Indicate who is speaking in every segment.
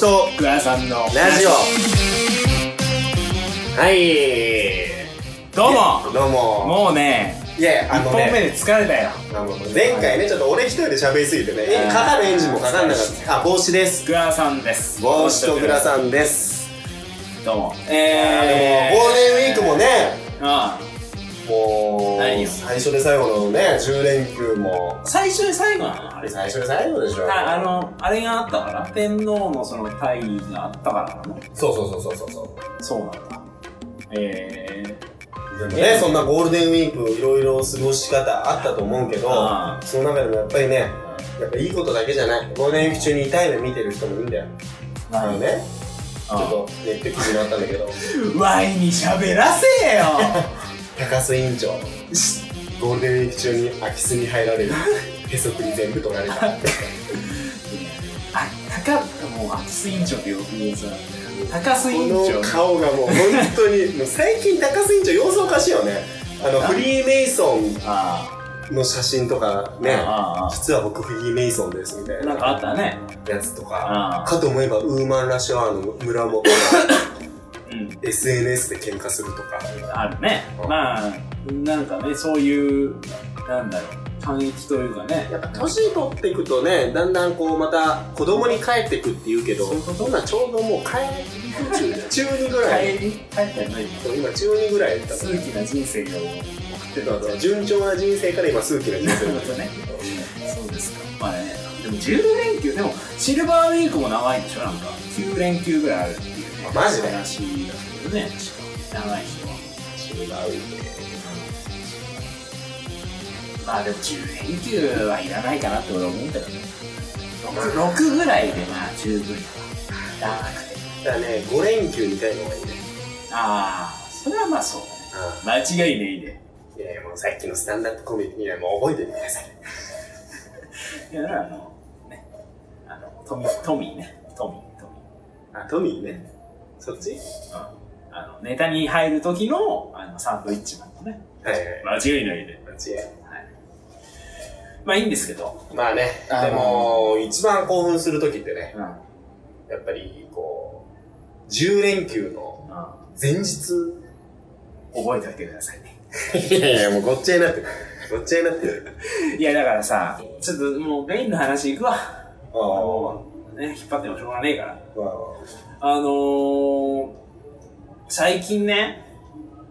Speaker 1: とグラさんの
Speaker 2: ラジオはい
Speaker 1: どうも
Speaker 2: どうも
Speaker 1: もうね
Speaker 2: いやあ
Speaker 1: 1
Speaker 2: の
Speaker 1: 本目
Speaker 2: ね
Speaker 1: で疲れたよ
Speaker 2: あの前回ねちょっと俺一人で喋りすぎてね
Speaker 1: うん
Speaker 2: かかるエンジンもかかんなかったあ帽子です
Speaker 1: グラさんです
Speaker 2: 帽子とグラさんです
Speaker 1: どうも
Speaker 2: あの
Speaker 1: え
Speaker 2: ゴールデンウィークもね
Speaker 1: あ
Speaker 2: も
Speaker 1: 何
Speaker 2: う
Speaker 1: よ
Speaker 2: 最初で最後のね10連休も
Speaker 1: 最初で最後なのあ
Speaker 2: あ
Speaker 1: れ
Speaker 2: れ最初で最後でしょ
Speaker 1: ああのあれがあったから天皇のその退位があったからなの
Speaker 2: そうそうそうそうそう
Speaker 1: そうなんだえー
Speaker 2: でもね、そんなゴールデンウィークいろいろ過ごし方あったと思うけど
Speaker 1: あ
Speaker 2: その中でもやっぱりねやっぱいいことだけじゃないゴールデンウィーク中に痛い目見てる人もいるんだよあのねちょっとネット記事になったんだけど
Speaker 1: ワイに喋らせよ
Speaker 2: 高須委員長ゴールデンウィーク中に空き巣に入ら れるへそくり全部取られた
Speaker 1: あ、高、もう、アキス委員長って呼ぶさ、高須委員
Speaker 2: この
Speaker 1: 長。
Speaker 2: 顔がもう本当にもう最近高須委員長様子おかしいよねあの
Speaker 1: あ
Speaker 2: フリーメイソン
Speaker 1: あ
Speaker 2: の写真とか
Speaker 1: あ、
Speaker 2: ね
Speaker 1: あ
Speaker 2: 実は僕フリーメイソンですみたい
Speaker 1: あ、
Speaker 2: な
Speaker 1: なんかあったね。
Speaker 2: やつとか
Speaker 1: ああ、
Speaker 2: かと思えばウーマンラッシュアワーの村 本が
Speaker 1: うん、
Speaker 2: SNS で喧嘩するとか
Speaker 1: あるね
Speaker 2: う。ん
Speaker 1: まあ、なんかね、そういう、なんだろう、感激というかね。
Speaker 2: やっぱ年取っていくとねだんだんこうまた子供に帰ってくっていうけど
Speaker 1: そういうこと
Speaker 2: んなちょうどもう帰り中中2ぐらい
Speaker 1: 帰り、帰ったよね、
Speaker 2: 今中2ぐらいだ
Speaker 1: 今。
Speaker 2: った
Speaker 1: 数
Speaker 2: の
Speaker 1: 奇な人生を送ってたんだ。
Speaker 2: 順調な人生から今数奇な人生
Speaker 1: そういうことね。そうですか。まあね、でも10連休、でも、シルバーウィークも長いんでしょ、なんか。9連休ぐらいあるっていうね。
Speaker 2: マジで
Speaker 1: 話だけどね、長い人は。
Speaker 2: シルバーウィーク
Speaker 1: まあでも10連休はいらないかなって俺は思うけどね 6, 6ぐらいでまあ十分だわいらなくて
Speaker 2: だからね5連休みたいのがいいね
Speaker 1: ああそれはまあそう
Speaker 2: あ
Speaker 1: だね間違いねいで
Speaker 2: あいやいやもうさっきのスタンダップコメディにはもう覚えててください
Speaker 1: いやだからあのねあのトミトミねトミトミ
Speaker 2: あトミーねそっち
Speaker 1: うんあのネタに入る時のあのサンドイッチマンのね
Speaker 2: はいはい
Speaker 1: 間違いないで
Speaker 2: 間違い
Speaker 1: まあいいんですけど、
Speaker 2: まあね
Speaker 1: あー
Speaker 2: でも一番興奮する時ってね
Speaker 1: うんうん、
Speaker 2: やっぱりこう10連休の
Speaker 1: 覚
Speaker 2: 前日
Speaker 1: えておいてくださいね
Speaker 2: いやいや、もうごっちゃになってる。ごっちゃになってる。
Speaker 1: いやだからさちょっともうメインの話いくわ
Speaker 2: あ
Speaker 1: もうね引っ張ってもしょうがねえから
Speaker 2: あ。
Speaker 1: あのー、最近ね、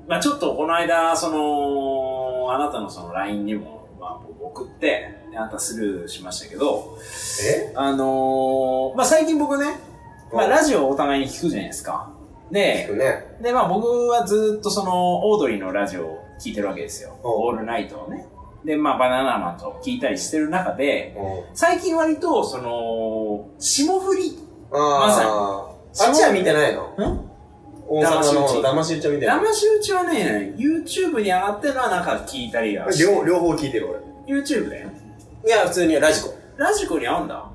Speaker 1: まあちょっとこの間、その、あなたのその LINE にも、まあ僕送って、であなたスルーしましたけど、
Speaker 2: え
Speaker 1: あのー、まあ最近僕ね、まあラジオをお互いに聞くじゃないですか。で、
Speaker 2: ね。
Speaker 1: でまあ僕はずっとその、オードリーのラジオを聞いてるわけですよ。
Speaker 2: お
Speaker 1: オールナイトをね。で、まあバナナマンと聞いたりしてる中で、
Speaker 2: うん。
Speaker 1: 最近割と、その、霜降り、
Speaker 2: ああ。あっちは見てないの
Speaker 1: ん
Speaker 2: 大阪の騙し討ちは見てない
Speaker 1: 騙し討ちはね、YouTube に上がってるのはなんか聞いたりはして
Speaker 2: 両両方聞いてる俺。
Speaker 1: YouTube だよ。
Speaker 2: いや、普通にラジコ。
Speaker 1: ラジコに合うんだ。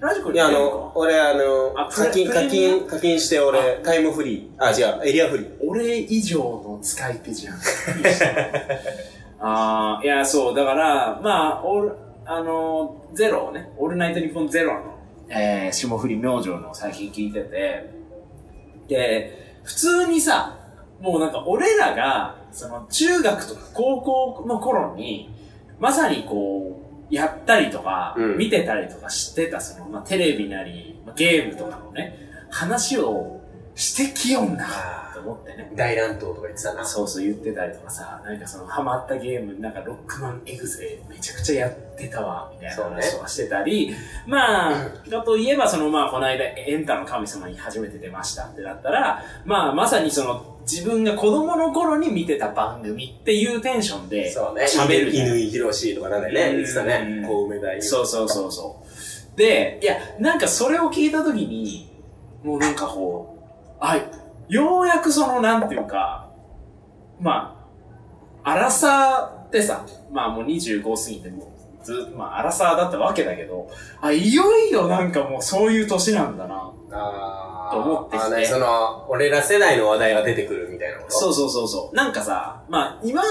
Speaker 1: ラジコ
Speaker 2: い
Speaker 1: に
Speaker 2: や、
Speaker 1: 合
Speaker 2: あ
Speaker 1: う
Speaker 2: の
Speaker 1: の、か。
Speaker 2: 俺、あの
Speaker 1: あ、
Speaker 2: 課金、
Speaker 1: プレ
Speaker 2: 課
Speaker 1: プレミア
Speaker 2: 金、課金して俺、タイムフリー。あ、違う、エリアフリー。
Speaker 1: 俺以上の使い手じゃん。 ああ、いや、そう、だから、まあ、オールあの、ゼロをね、オールナイトニッポンゼロの、えー、霜降り明星の最近聞いてて、で、普通にさ、もうなんか俺らが、その中学とか高校の頃に、まさにこう、やったりとか、
Speaker 2: うん
Speaker 1: 見てたりとかしてた、その、まあ、テレビなり、まあゲームとかのね、話をしてきよんな、と思ってね。
Speaker 2: 大乱闘とか言ってたな。
Speaker 1: そうそう言ってたりとかさ、なんかそのハマったゲーム、なんかロックマンエグゼめちゃくちゃやってたわ、みたいな話とかしてたり、まあ、だといえばそのまあこの間エンタの神様に初めて出ましたってなったら、まあまさにその自分が子供の頃に見てた番組っていうテンションで
Speaker 2: そうね。
Speaker 1: 喋るじゃん
Speaker 2: 犬井博士とかなんだよ
Speaker 1: う
Speaker 2: ね。
Speaker 1: ん
Speaker 2: 言ってたね。小梅大
Speaker 1: そうそうそうそう。で、いや、なんかそれを聞いたときに、もうなんかこう、あ、ようやくその、なんていうか、まあ、アラサーってさ、まあもう25過ぎてもう、ずっと、まあ、アラサーだったわけだけど、あ、いよいよなんかもうそういう年なんだな。
Speaker 2: あー
Speaker 1: と思ってきて
Speaker 2: あーねその、俺ら世代の話題が出てくるみたいなこと。
Speaker 1: そうそうそうそう。なんかさ、まあ、今、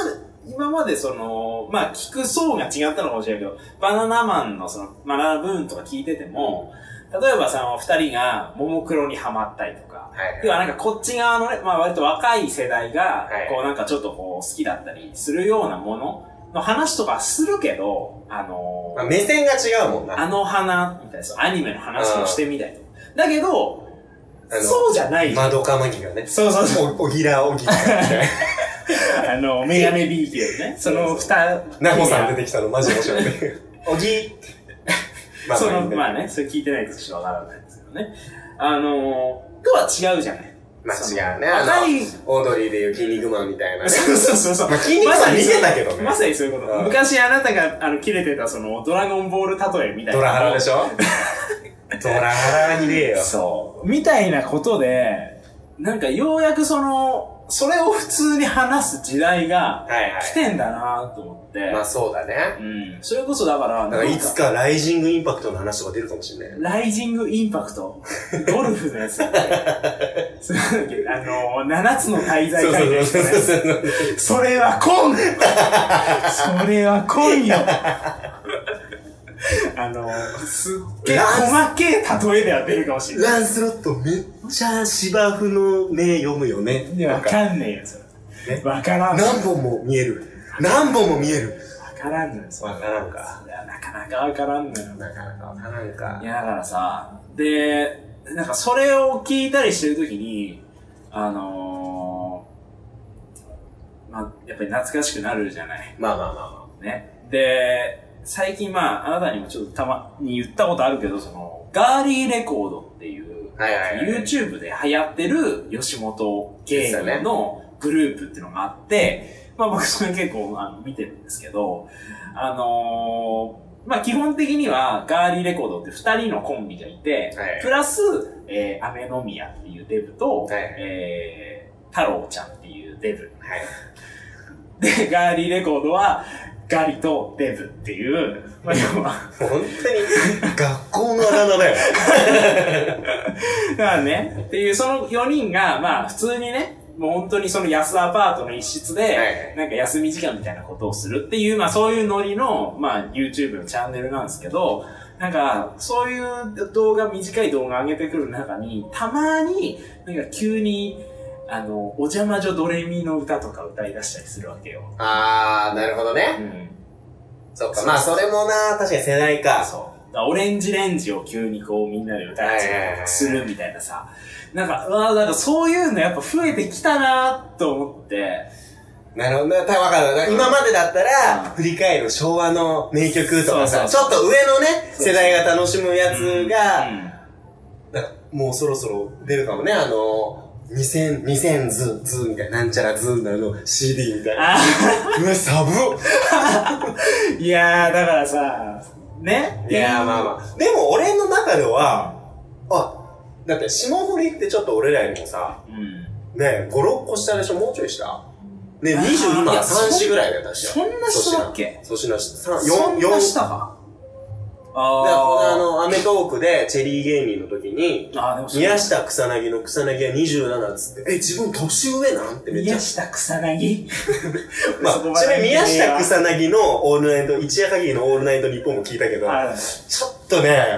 Speaker 1: 今までその、まあ、聞く層が違ったのかもしれないけど、バナナマンのその、マナナブーンとか聞いてても、例えばその二人がももクロにハマったりとか、
Speaker 2: はい
Speaker 1: 要はなんかこっち側のね、まあ割と若い世代が
Speaker 2: はい、
Speaker 1: こうなんかちょっとこう好きだったりするようなものの話とかするけど、あの
Speaker 2: ま
Speaker 1: ー
Speaker 2: あ、目線が違うもんな。
Speaker 1: あの花みたいな、そうアニメの話をしてみたいと。だけど、そうじゃない。
Speaker 2: 窓かまぎがね。
Speaker 1: そうそうそう。
Speaker 2: お、おぎらお ぎらみたい
Speaker 1: あの、メガネビーキーね。その二人
Speaker 2: な。なほさん出てきたのマジ面白い。 おぎーって。 まあ
Speaker 1: そ
Speaker 2: まあ
Speaker 1: の
Speaker 2: いいんだけど
Speaker 1: まあね、それ聞いてないとちょっとわからないですけどね。あのー、とは違うじゃない。
Speaker 2: まあ
Speaker 1: そ
Speaker 2: 違
Speaker 1: の
Speaker 2: うね。
Speaker 1: 若い、
Speaker 2: オードリーでいう筋肉マンみたいなね。
Speaker 1: そうそうそうそう。
Speaker 2: まあ筋肉マン 見てたけどね
Speaker 1: まさにそういうこと。
Speaker 2: うん
Speaker 1: 昔あなたが、あの、切れてた、その、ドラゴンボール例えみたいな。
Speaker 2: ドラハラでし
Speaker 1: ょ
Speaker 2: ょドラハラにれえよ。
Speaker 1: そう。みたいなことで、なんかようやくその、それを普通に話す時代が
Speaker 2: はいは
Speaker 1: 来てんだなと思って。
Speaker 2: い。まあそうだね。
Speaker 1: うん。それこそだから、
Speaker 2: だからいつかライジングインパクトの話とか出るかもしれない。
Speaker 1: ライジングインパクト。ゴルフのやつだっけそうだっけあの、7つの滞在会議
Speaker 2: そうそうそうそう。
Speaker 1: それは今それは今よ。あの、すっげえ細けえ例えでは出るかもしれな
Speaker 2: ランスロットめっちゃ芝生の目読むよね。
Speaker 1: い。いや、わかんねえよ、それ。
Speaker 2: え
Speaker 1: わからん。わ
Speaker 2: 何本も見える。何本も見える。
Speaker 1: からんのよ、それ
Speaker 2: わからんか。
Speaker 1: いやなかなかわからんのよ。
Speaker 2: なかなかわからんか
Speaker 1: い。や、だからさ、で、なんかそれを聞いたりしてるときに、あのー、まあ、やっぱり懐かしくなるじゃない。
Speaker 2: まあまあまあま
Speaker 1: ね。で、最近まあ、あなたにもちょっとたまに言ったことあるけど、その、ガーリーレコードっていう、
Speaker 2: はいはいはい
Speaker 1: YouTube で流行ってる吉本芸人のグループっていうのがあって、まあ僕それ結構あの見てるんですけど、あのーまあ基本的にはガーリーレコードって二人のコンビがいて、
Speaker 2: はい
Speaker 1: プラス、えー、アメノミヤっていうデブと、
Speaker 2: はい
Speaker 1: えー、太郎ちゃんっていうデブ
Speaker 2: あ。はい。
Speaker 1: で、ガーリーレコードは、ガリとデブっていう、 まあ、要は、
Speaker 2: もう本当に、学校のあだ名 だよ。
Speaker 1: だからね、っていう、その4人が、まあ、普通にね、もう本当にその安アパートの一室で、
Speaker 2: はい
Speaker 1: なんか休み時間みたいなことをするっていう、まあそういうノリの、まあ YouTube のチャンネルなんですけど、なんか、そういう動画、短い動画上げてくる中に、たまに、なんか急に、あの、お邪魔女ドレミの歌とか歌い出したりするわけよ。
Speaker 2: あー、なるほどね。
Speaker 1: うん。
Speaker 2: そっか、まあそれもな、確かに世代か。
Speaker 1: そう。だからオレンジレンジを急にこうみんなで歌いつするみたいなさ。なんか、うわなんかそういうのやっぱ増えてきたなと思って。
Speaker 2: なるほどね。た分かる。だから今までだった
Speaker 1: うん
Speaker 2: ら、振り返る昭和の名曲とかさ、ち
Speaker 1: そ
Speaker 2: ょっと上のね、
Speaker 1: そうそ
Speaker 2: 世
Speaker 1: う
Speaker 2: 代が楽しむやつ
Speaker 1: う
Speaker 2: が、
Speaker 1: ん
Speaker 2: なんかもうそろそろ出るかもね、あの、2000、2000ズ、ズみたいな、なんちゃらズなの CD みたいな。
Speaker 1: あ
Speaker 2: うわ、サブ
Speaker 1: いやー、だからさ、ね
Speaker 2: いやーまあまあ。でも俺の中では、あ、だって霜降りってちょっと俺らよりもさ、
Speaker 1: うん。
Speaker 2: ね、5、6個下でしょもうちょい下ね、
Speaker 1: あー
Speaker 2: 20今
Speaker 1: いや
Speaker 2: 3
Speaker 1: そん
Speaker 2: 子ぐらいだよ、確か。
Speaker 1: そんな人だっけ
Speaker 2: 粗品、粗品、
Speaker 1: そん
Speaker 2: 4、
Speaker 1: な
Speaker 2: 4
Speaker 1: したか
Speaker 2: だからこのあ
Speaker 1: あ
Speaker 2: の、アメトーークでチェリー芸人の時に、
Speaker 1: ー。あー、でもそう
Speaker 2: 宮下草薙の草薙は27っつって、え、自分年上なんってめっちゃ
Speaker 1: 宮。下草薙
Speaker 2: まあ、
Speaker 1: そこま
Speaker 2: ち
Speaker 1: で
Speaker 2: なみに宮下草薙のオールナイト、一夜限りのオールナイト日本も聞いたけど、
Speaker 1: あ
Speaker 2: ちょっとね、
Speaker 1: はいはい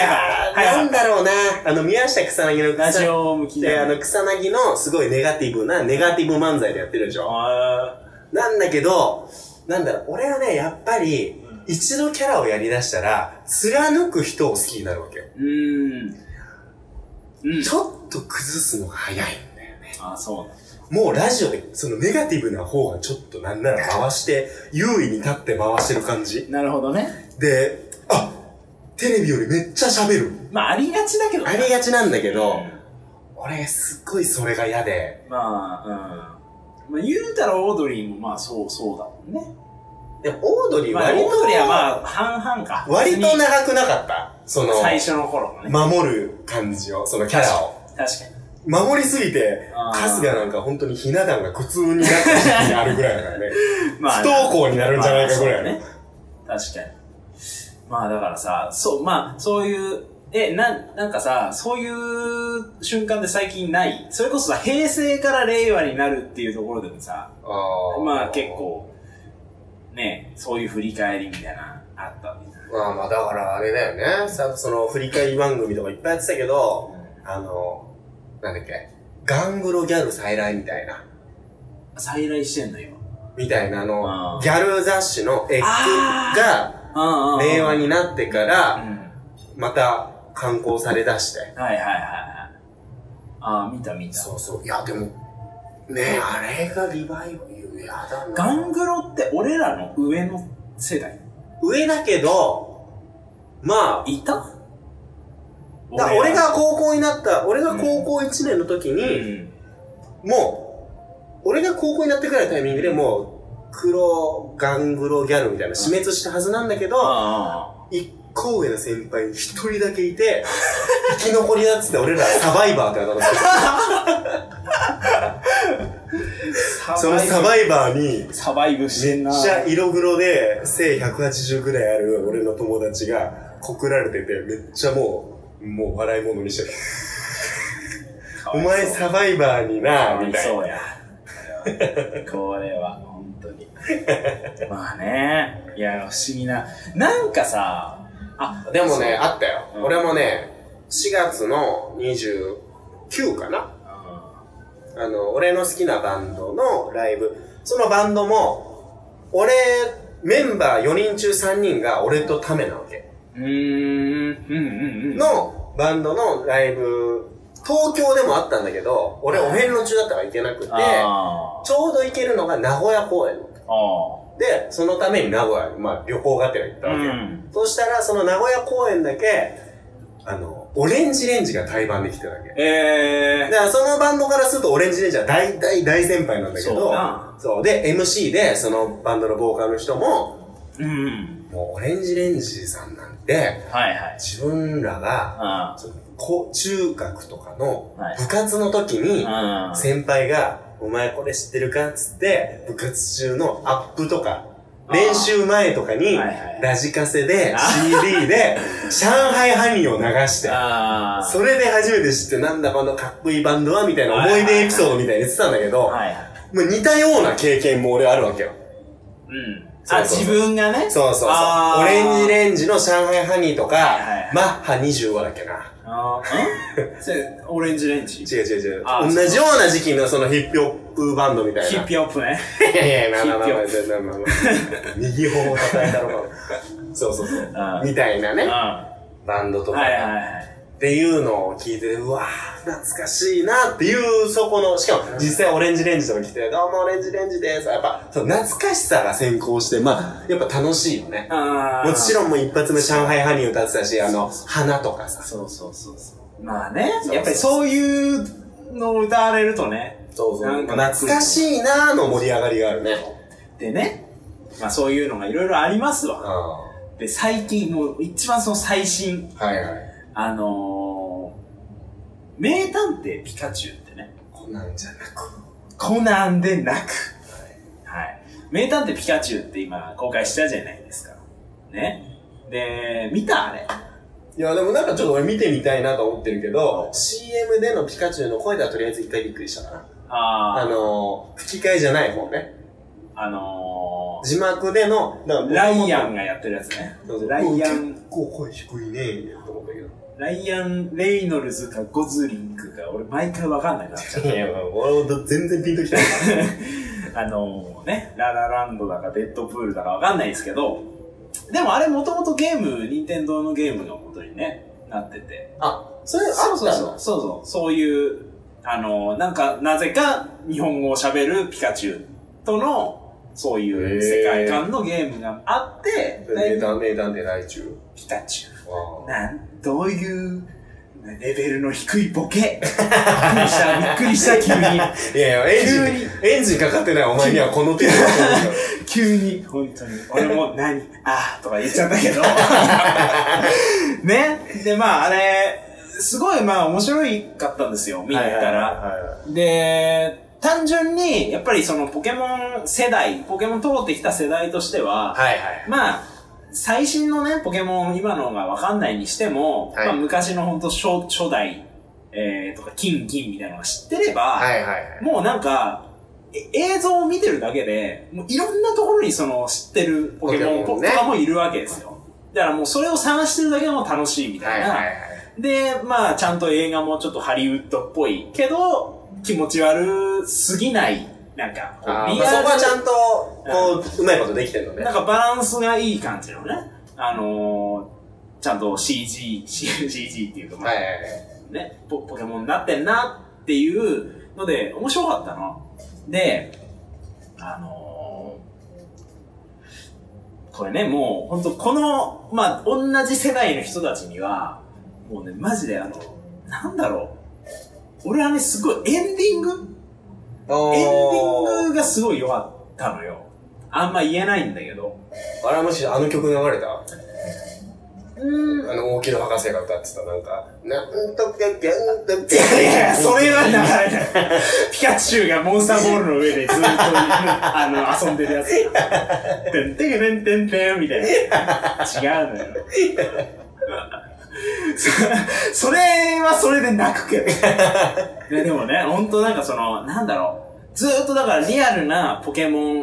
Speaker 1: はい
Speaker 2: な
Speaker 1: は
Speaker 2: ん
Speaker 1: い。
Speaker 2: だろうな、あの、宮下草薙の
Speaker 1: ラ
Speaker 2: 草
Speaker 1: ジ
Speaker 2: 薙、
Speaker 1: オ向き
Speaker 2: で、
Speaker 1: だ
Speaker 2: あ
Speaker 1: ね
Speaker 2: の、草薙のすごいネガティブな、ネガティブ漫才でやってるでしょ
Speaker 1: あ
Speaker 2: なんだけど、なんだろう、俺はね、やっぱり、一度キャラをやり出したら、貫く人を好きになるわけよ。
Speaker 1: ー。うん。うん。
Speaker 2: ちょっと崩すのが早いんだよね。
Speaker 1: あー、そうだ。
Speaker 2: もうラジオで、そのネガティブな方がちょっとなんなら回して、優位に立って回してる感じ。
Speaker 1: なるほどね。
Speaker 2: で、あテレビよりめっちゃ喋る。
Speaker 1: まあ、ありがちだけどね
Speaker 2: ありがちなんだけ
Speaker 1: う
Speaker 2: ど、
Speaker 1: ん
Speaker 2: 俺すっごいそれが嫌で。
Speaker 1: まあ、うん。まあ、言うたらオードリーもまあ、そう、そうだもんね。
Speaker 2: でもオードリー
Speaker 1: まあ、
Speaker 2: 割と、
Speaker 1: オードリーはまあ、半々か。
Speaker 2: 割と長くなかった。その、
Speaker 1: 最初の頃もね。
Speaker 2: 守る感じを、そのキャラを。
Speaker 1: 確かに。
Speaker 2: 守りすぎて
Speaker 1: あ、ー
Speaker 2: 春日なんか本当にひな壇が苦痛になった時期があるぐらいだからね。
Speaker 1: まあ、
Speaker 2: 不登校になるんじゃないかぐらいの
Speaker 1: まあそうね。確かに。まあ、だからさ、そう、まあ、そういう、え、なん、なんかさ、そういう瞬間で最近ない。それこそさ、平成から令和になるっていうところでもさ、
Speaker 2: あー
Speaker 1: まあ結。構、ね、そういう振り返りみたいな、あったわけじゃない。
Speaker 2: まあまあ、だからあれだよね。さ、その、振り返り番組とかいっぱいやってたけど、あの、なんだっけ、ガングロギャル再来みたいな、
Speaker 1: 再来してんの、今。
Speaker 2: みたいなあ
Speaker 1: あ
Speaker 2: の、
Speaker 1: ー
Speaker 2: ギャル雑誌のエッグが
Speaker 1: ああ
Speaker 2: 令和になってか
Speaker 1: う
Speaker 2: ら、
Speaker 1: ん。
Speaker 2: また刊行されだして。
Speaker 1: はいはいはいはい。ああ、見た見た。
Speaker 2: そうそう。いや、でも、ねえ、あれがリバイブ、やだな。
Speaker 1: ガングロって俺らの上の世代
Speaker 2: 上だけど、まあ、
Speaker 1: いた
Speaker 2: だから俺が高校になった、俺が高校1年の時
Speaker 1: う
Speaker 2: に、
Speaker 1: ん。
Speaker 2: もう、俺が高校になってくらいのタイミングでもう、黒ガングロギャルみたいな死滅したはずなんだけど、
Speaker 1: あ
Speaker 2: 一個上の先輩一人だけいて、生き残りだっつって俺らサバイバーってなったんですよ
Speaker 1: あ。
Speaker 2: そのサ
Speaker 1: イ
Speaker 2: バイバーに、
Speaker 1: サバイブして
Speaker 2: め
Speaker 1: んな。
Speaker 2: っちゃ色黒で、背180ぐらいある俺の友達が告られてて、めっちゃもう、もう笑い物にしてた。お前サバイバーにな、みたい
Speaker 1: そ
Speaker 2: な。
Speaker 1: うや。これは、本当に。まあね。いや、不思議な。なんかさ、あ、
Speaker 2: でもね、あったよ。
Speaker 1: うん
Speaker 2: 俺もね、4月の29かな
Speaker 1: そ
Speaker 2: あの、俺の好きなバンドのライブ。そのバンドも、俺、メンバー4人中3人が俺とタメなわけ。
Speaker 1: う、うん、うん、うん、うん。
Speaker 2: のバンドのライブ、東京でもあったんだけど、俺お遍路中だったから行けなくて、
Speaker 1: ああ
Speaker 2: ちょうど行けるのが名古屋公演。
Speaker 1: あ
Speaker 2: で、そのために名古屋に、まあ旅行がてら行った
Speaker 1: あ。
Speaker 2: わけ。そうしたら、その名古屋公演だけ、あの、オレンジレンジが対バンできてるわけ。
Speaker 1: え
Speaker 2: だからそのバンドからするとオレンジレンジは大大大先輩なんだけ
Speaker 1: そう
Speaker 2: ど
Speaker 1: な、
Speaker 2: そう。で、MC で、そのバンドのボーカルの人も、
Speaker 1: ー、うん。
Speaker 2: もうオレンジレンジさんなんて、
Speaker 1: はいはい。
Speaker 2: 自分らが、
Speaker 1: あ
Speaker 2: そのこ中学とかの
Speaker 1: はい
Speaker 2: 部活の時に
Speaker 1: あ。
Speaker 2: 先輩が「お前これ知ってるか?」っつって部活中のアップとか
Speaker 1: あー
Speaker 2: 練習前とかに
Speaker 1: はいはい
Speaker 2: ラジカセで
Speaker 1: あ
Speaker 2: CD で「上海ハニー」を流して
Speaker 1: ああ。
Speaker 2: それで初めて知ってなんだこのかっこいいバンドはみたいな思い出エピソードみたいに言ってたんだけど
Speaker 1: はいはい。
Speaker 2: もう似たような経験も俺あるわけよ
Speaker 1: うん。
Speaker 2: そう
Speaker 1: あ、
Speaker 2: そうそう
Speaker 1: 自分がね。
Speaker 2: そうそうそう
Speaker 1: あー
Speaker 2: オレンジレンジの「上海ハニー」と
Speaker 1: はいはいは
Speaker 2: か
Speaker 1: い
Speaker 2: マッハ25だっけな
Speaker 1: あーんそれオレンジレンジヒ
Speaker 2: 違う違う違う
Speaker 1: あ。
Speaker 2: 同じような時期のそのヒップホップバンドみたいな。
Speaker 1: ッピーアップね。
Speaker 2: いやいや、
Speaker 1: ヒ
Speaker 2: な
Speaker 1: ッ
Speaker 2: な
Speaker 1: プ
Speaker 2: なな
Speaker 1: ホ
Speaker 2: なな な。右頬を叩いたのか。そうそうそう
Speaker 1: あ。
Speaker 2: みたいな
Speaker 1: うん。
Speaker 2: ね。
Speaker 1: は
Speaker 2: バンドと
Speaker 1: いはい
Speaker 2: か。
Speaker 1: はい。
Speaker 2: っていうのを聞いて、うわぁ、懐かしいなっていう、そこの、しかも実際オレンジレンジとか来て、どうもオレンジレンジです。やっぱ、そう懐かしさが先行して、まあ、やっぱ楽しいよね。
Speaker 1: ああ。
Speaker 2: もち
Speaker 1: ん。
Speaker 2: ろんもう一発目上海ハニー歌ってたし、あの、花とかさ。
Speaker 1: そうそうそうそう。まあね
Speaker 2: そうそ。う
Speaker 1: やっぱりそういうのを歌われるとね。
Speaker 2: そう
Speaker 1: そう
Speaker 2: 懐かしいなぁの盛り上がりがあるね。
Speaker 1: でね。まあそういうのがいろいろあります
Speaker 2: うん。
Speaker 1: わ。
Speaker 2: は
Speaker 1: で、最近、もう一番その最新、
Speaker 2: いはい。
Speaker 1: あのー、名探偵ピカチュウってね。
Speaker 2: こんなんじゃなく。
Speaker 1: コナンでなく。はい。名探偵ピカチュウって今公開したじゃないですか。ね。で、見たあれ。
Speaker 2: いや、でもなんかちょっと俺見てみたいなと思ってるけど、CM でのピカチュウの声ではとりあえず一回びっくりしたかな。あ
Speaker 1: あー、
Speaker 2: のー、吹き替えじゃない方ね。
Speaker 1: あの
Speaker 2: 字幕での、なん
Speaker 1: ー、
Speaker 2: か
Speaker 1: ライアンがやってるやつね
Speaker 2: そうそ。う
Speaker 1: ライア
Speaker 2: うん
Speaker 1: ン
Speaker 2: 結、構声低いねと思ったけど。
Speaker 1: ライアン・レイノルズかゴズリンクか、俺毎回わかんないなっちゃう。
Speaker 2: いや、俺も全然ピンときてない。
Speaker 1: あのー、ね、ララランドだかデッドプールだかわかんないですけど、でもあれもともとゲーム、任天堂のゲームのことにね、なってて。
Speaker 2: あ、それあ
Speaker 1: そう
Speaker 2: っ
Speaker 1: そう
Speaker 2: た
Speaker 1: そう
Speaker 2: の。
Speaker 1: そうそう。そういう、あの、なんか、なぜか日本語を喋るピカチュウとの、そういう世界観のゲームがあって、
Speaker 2: 名探名探偵大中。
Speaker 1: ピカチュウ。
Speaker 2: あ
Speaker 1: なん、どういう、レベルの低いボケ。びっくりした、びっくりした、急 に。
Speaker 2: ーいやいや、エンジン、エンジンかかってないお前にはこの程度だと思うよ。
Speaker 1: 急に、本当に。俺も、何あーとか言っちゃっ たけど。ね。で、まあ、あれ、すごい、まあ、面白いかったんです よ、見に行ったら。
Speaker 2: はいはいはい
Speaker 1: で、単純に、やっぱりそのポケモン世代、ポケモン通ってきた世代としては、
Speaker 2: はいはい。
Speaker 1: まあ、最新のね、ポケモン、今のがわかんないにしても、
Speaker 2: はい
Speaker 1: まあ、昔のほんと初初代、えー、とか、金銀みたいなのが知ってれば、
Speaker 2: はいはいはい。
Speaker 1: もうなんか、え映像を見てるだけで、もういろんなところにその知ってるポケモン
Speaker 2: ポケモ
Speaker 1: と
Speaker 2: ンね
Speaker 1: かもいるわけですよ。だからもうそれを探してるだけでも楽しいみた
Speaker 2: はいい
Speaker 1: な。
Speaker 2: はいはい。
Speaker 1: で、まあ、ちゃんと映画もちょっとハリウッドっぽいけど、気持ち悪すぎない、なんか、こう
Speaker 2: あー
Speaker 1: リ
Speaker 2: まあそ
Speaker 1: ア
Speaker 2: こはちゃ
Speaker 1: ル
Speaker 2: んと、こう、うまいことできてるのね。
Speaker 1: なんかバランスがいい感じのね、あのー、ちゃんと CG、CG っていうか、まあ
Speaker 2: はいはいはい。
Speaker 1: ね、ポポケモンになってんなっていうので、面白かったな。で、あのーこれね、もう、本当この、まあ、同じ世代の人たちには、もうね、マジであの、なんだろう。俺はね、すごいエンディング
Speaker 2: お
Speaker 1: エンディン
Speaker 2: ー。
Speaker 1: グがすごい良かったのよ。あんま言えないんだけど。
Speaker 2: あれはもしあの曲流れた
Speaker 1: うん。
Speaker 2: あの、大木の博士が歌ってた、なんか、なんとか、なんとか、
Speaker 1: いやいや、それは流れない。ピカチュウがモンスターボールの上でずっと、あの、遊んでる やつ。てんてけてんてんてんみたいな。違うのよ。そそれはそれで泣くけど。ででもね、ほんとなんかその、なんだろう。ずーっとだからリアルなポケモンを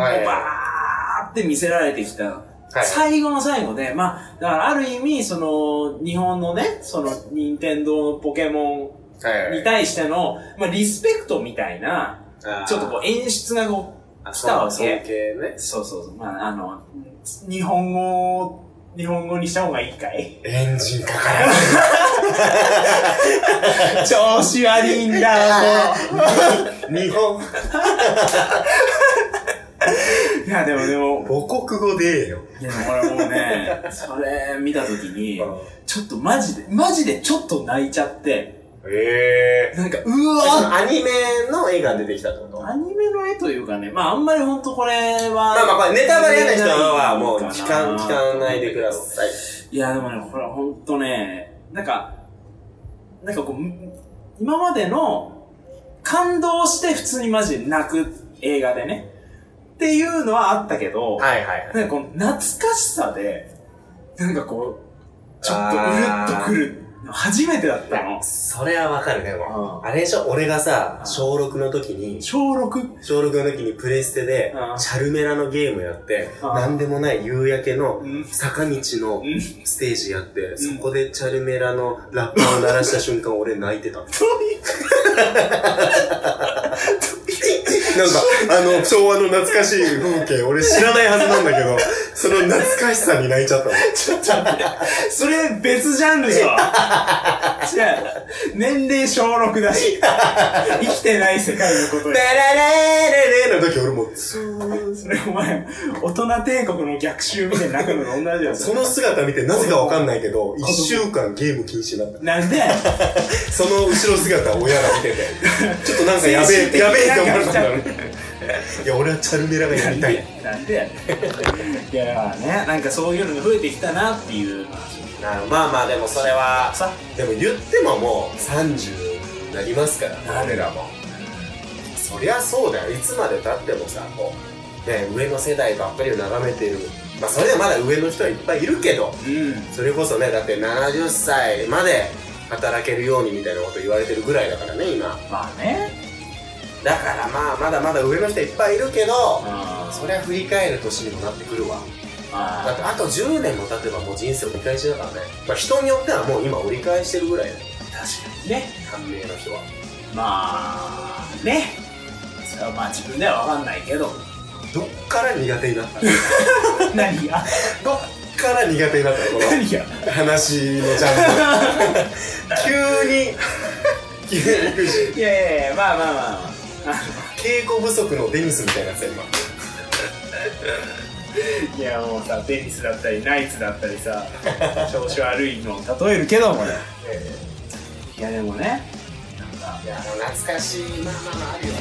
Speaker 2: はい
Speaker 1: バーって見せられてきた。
Speaker 2: はい。
Speaker 1: 最後の最後で、まあ、だからある意味、その、日本のね、その、任天堂のポケモ
Speaker 2: はい
Speaker 1: ン
Speaker 2: はい
Speaker 1: に対しての、まあ、リスペクトみたいな、ちょっとこう、演出がこ
Speaker 2: う
Speaker 1: 来たわけ
Speaker 2: 尊敬ね
Speaker 1: う、。そうそうそう、まあ、あの、日本語を、日本語にした方がいいか い
Speaker 2: エンジンかからない。
Speaker 1: 調子悪いんだ、も
Speaker 2: 日本、
Speaker 1: う。いや、でもでも、
Speaker 2: 母国語でえよ。
Speaker 1: いや、でも俺もうね、それ見たときに、ちょっとマジで、マジでちょっと泣いちゃって、
Speaker 2: ええ。
Speaker 1: なんか、うわ
Speaker 2: そ
Speaker 1: ー
Speaker 2: のアニメの絵が出てきたってこと
Speaker 1: アニメの絵というかね、まああんまりほんとこれ
Speaker 2: ま
Speaker 1: は。ま
Speaker 2: あまあ、これネタバレ嫌な人はもう聞かん、聞かないでください。
Speaker 1: いや、でもね、これはほんとね、なんか、なんかこう、む今までの感動して普通にマジで泣く映画でね、っていうのはあったけど、
Speaker 2: はいはいはい。
Speaker 1: なんかこの懐かしさで、なんかこう、ちょっとうる
Speaker 2: あー
Speaker 1: っとくるの初めてだったの。
Speaker 2: それはわかるね、もう
Speaker 1: うん
Speaker 2: あれでしょ、俺がさ
Speaker 1: う、ん
Speaker 2: 小6の時に、
Speaker 1: 小6。
Speaker 2: 小6の時にプレステで
Speaker 1: うん、
Speaker 2: チャルメラのゲームやって、
Speaker 1: うん
Speaker 2: なんでもない夕焼けの
Speaker 1: うん
Speaker 2: 坂道の
Speaker 1: うん
Speaker 2: ステージやって、そ
Speaker 1: ん
Speaker 2: こでチャルメラのラッパーを鳴らした瞬間、俺泣いて た。なんか、あの、昭和の懐かしい風景、俺知らないはずなんだけど、その懐かしさに泣いちゃったの。
Speaker 1: ちょっと待って。それ別ジャンルよ。違う。年齢小6だし。生きてない世界のことで。
Speaker 2: ラララララの時俺もうずーっ
Speaker 1: それお前、大人帝国の逆襲みたいに泣くのと同じだよ。
Speaker 2: とその姿見てなぜかわかんないけど、一週間ゲーム禁止になった。
Speaker 1: なんで、
Speaker 2: その後ろ姿を親が見て て、ちょっとなんかやべ
Speaker 1: 精神
Speaker 2: え、
Speaker 1: 的
Speaker 2: やべえっ
Speaker 1: な
Speaker 2: て
Speaker 1: ん
Speaker 2: 思
Speaker 1: か
Speaker 2: ったんだろうね。いや、俺はチャルメラがやりたい。
Speaker 1: なんでいやね、なんかそういうのが増えてきたなっていう。
Speaker 2: なるまあまあでもそれは
Speaker 1: さ、
Speaker 2: でも言ってももう30になりますから
Speaker 1: なる
Speaker 2: 俺らもそりゃそうだよいつまでたってもさこう、ね、上の世代ばっかりを眺めてるまあそれでもまだ上の人はいっぱいいるけど
Speaker 1: うん。
Speaker 2: それこそねだって70歳まで働けるようにみたいなこと言われてるぐらいだからね今
Speaker 1: まあね。
Speaker 2: だからまあまだまだ上の人いっぱいいるけど
Speaker 1: あ
Speaker 2: そりゃ振り返る年にもなってくるわだっ
Speaker 1: あ
Speaker 2: てあと10年も経てばもう人生折り返しだからね、まあ、人によってはもう今折り返してるぐらいだよ
Speaker 1: 確かにね。
Speaker 2: 短命の人は
Speaker 1: まあ、ね。それはまあ自分ではわかんないけど。
Speaker 2: どっから苦手にな ったど
Speaker 1: 何が
Speaker 2: っから苦手になったこ
Speaker 1: 何が
Speaker 2: の話のジャンル急に 急に行くし
Speaker 1: いやいやいや、まあまあまあ、ま
Speaker 2: 稽古不足のデニスみたいなやつや今
Speaker 1: あ。いやもうさ、テニスだったり、ナイツだったりさ、調子悪いのを例えるけどもね。 いやでもね、なんか、
Speaker 2: いや懐かしいまあまあまああるよ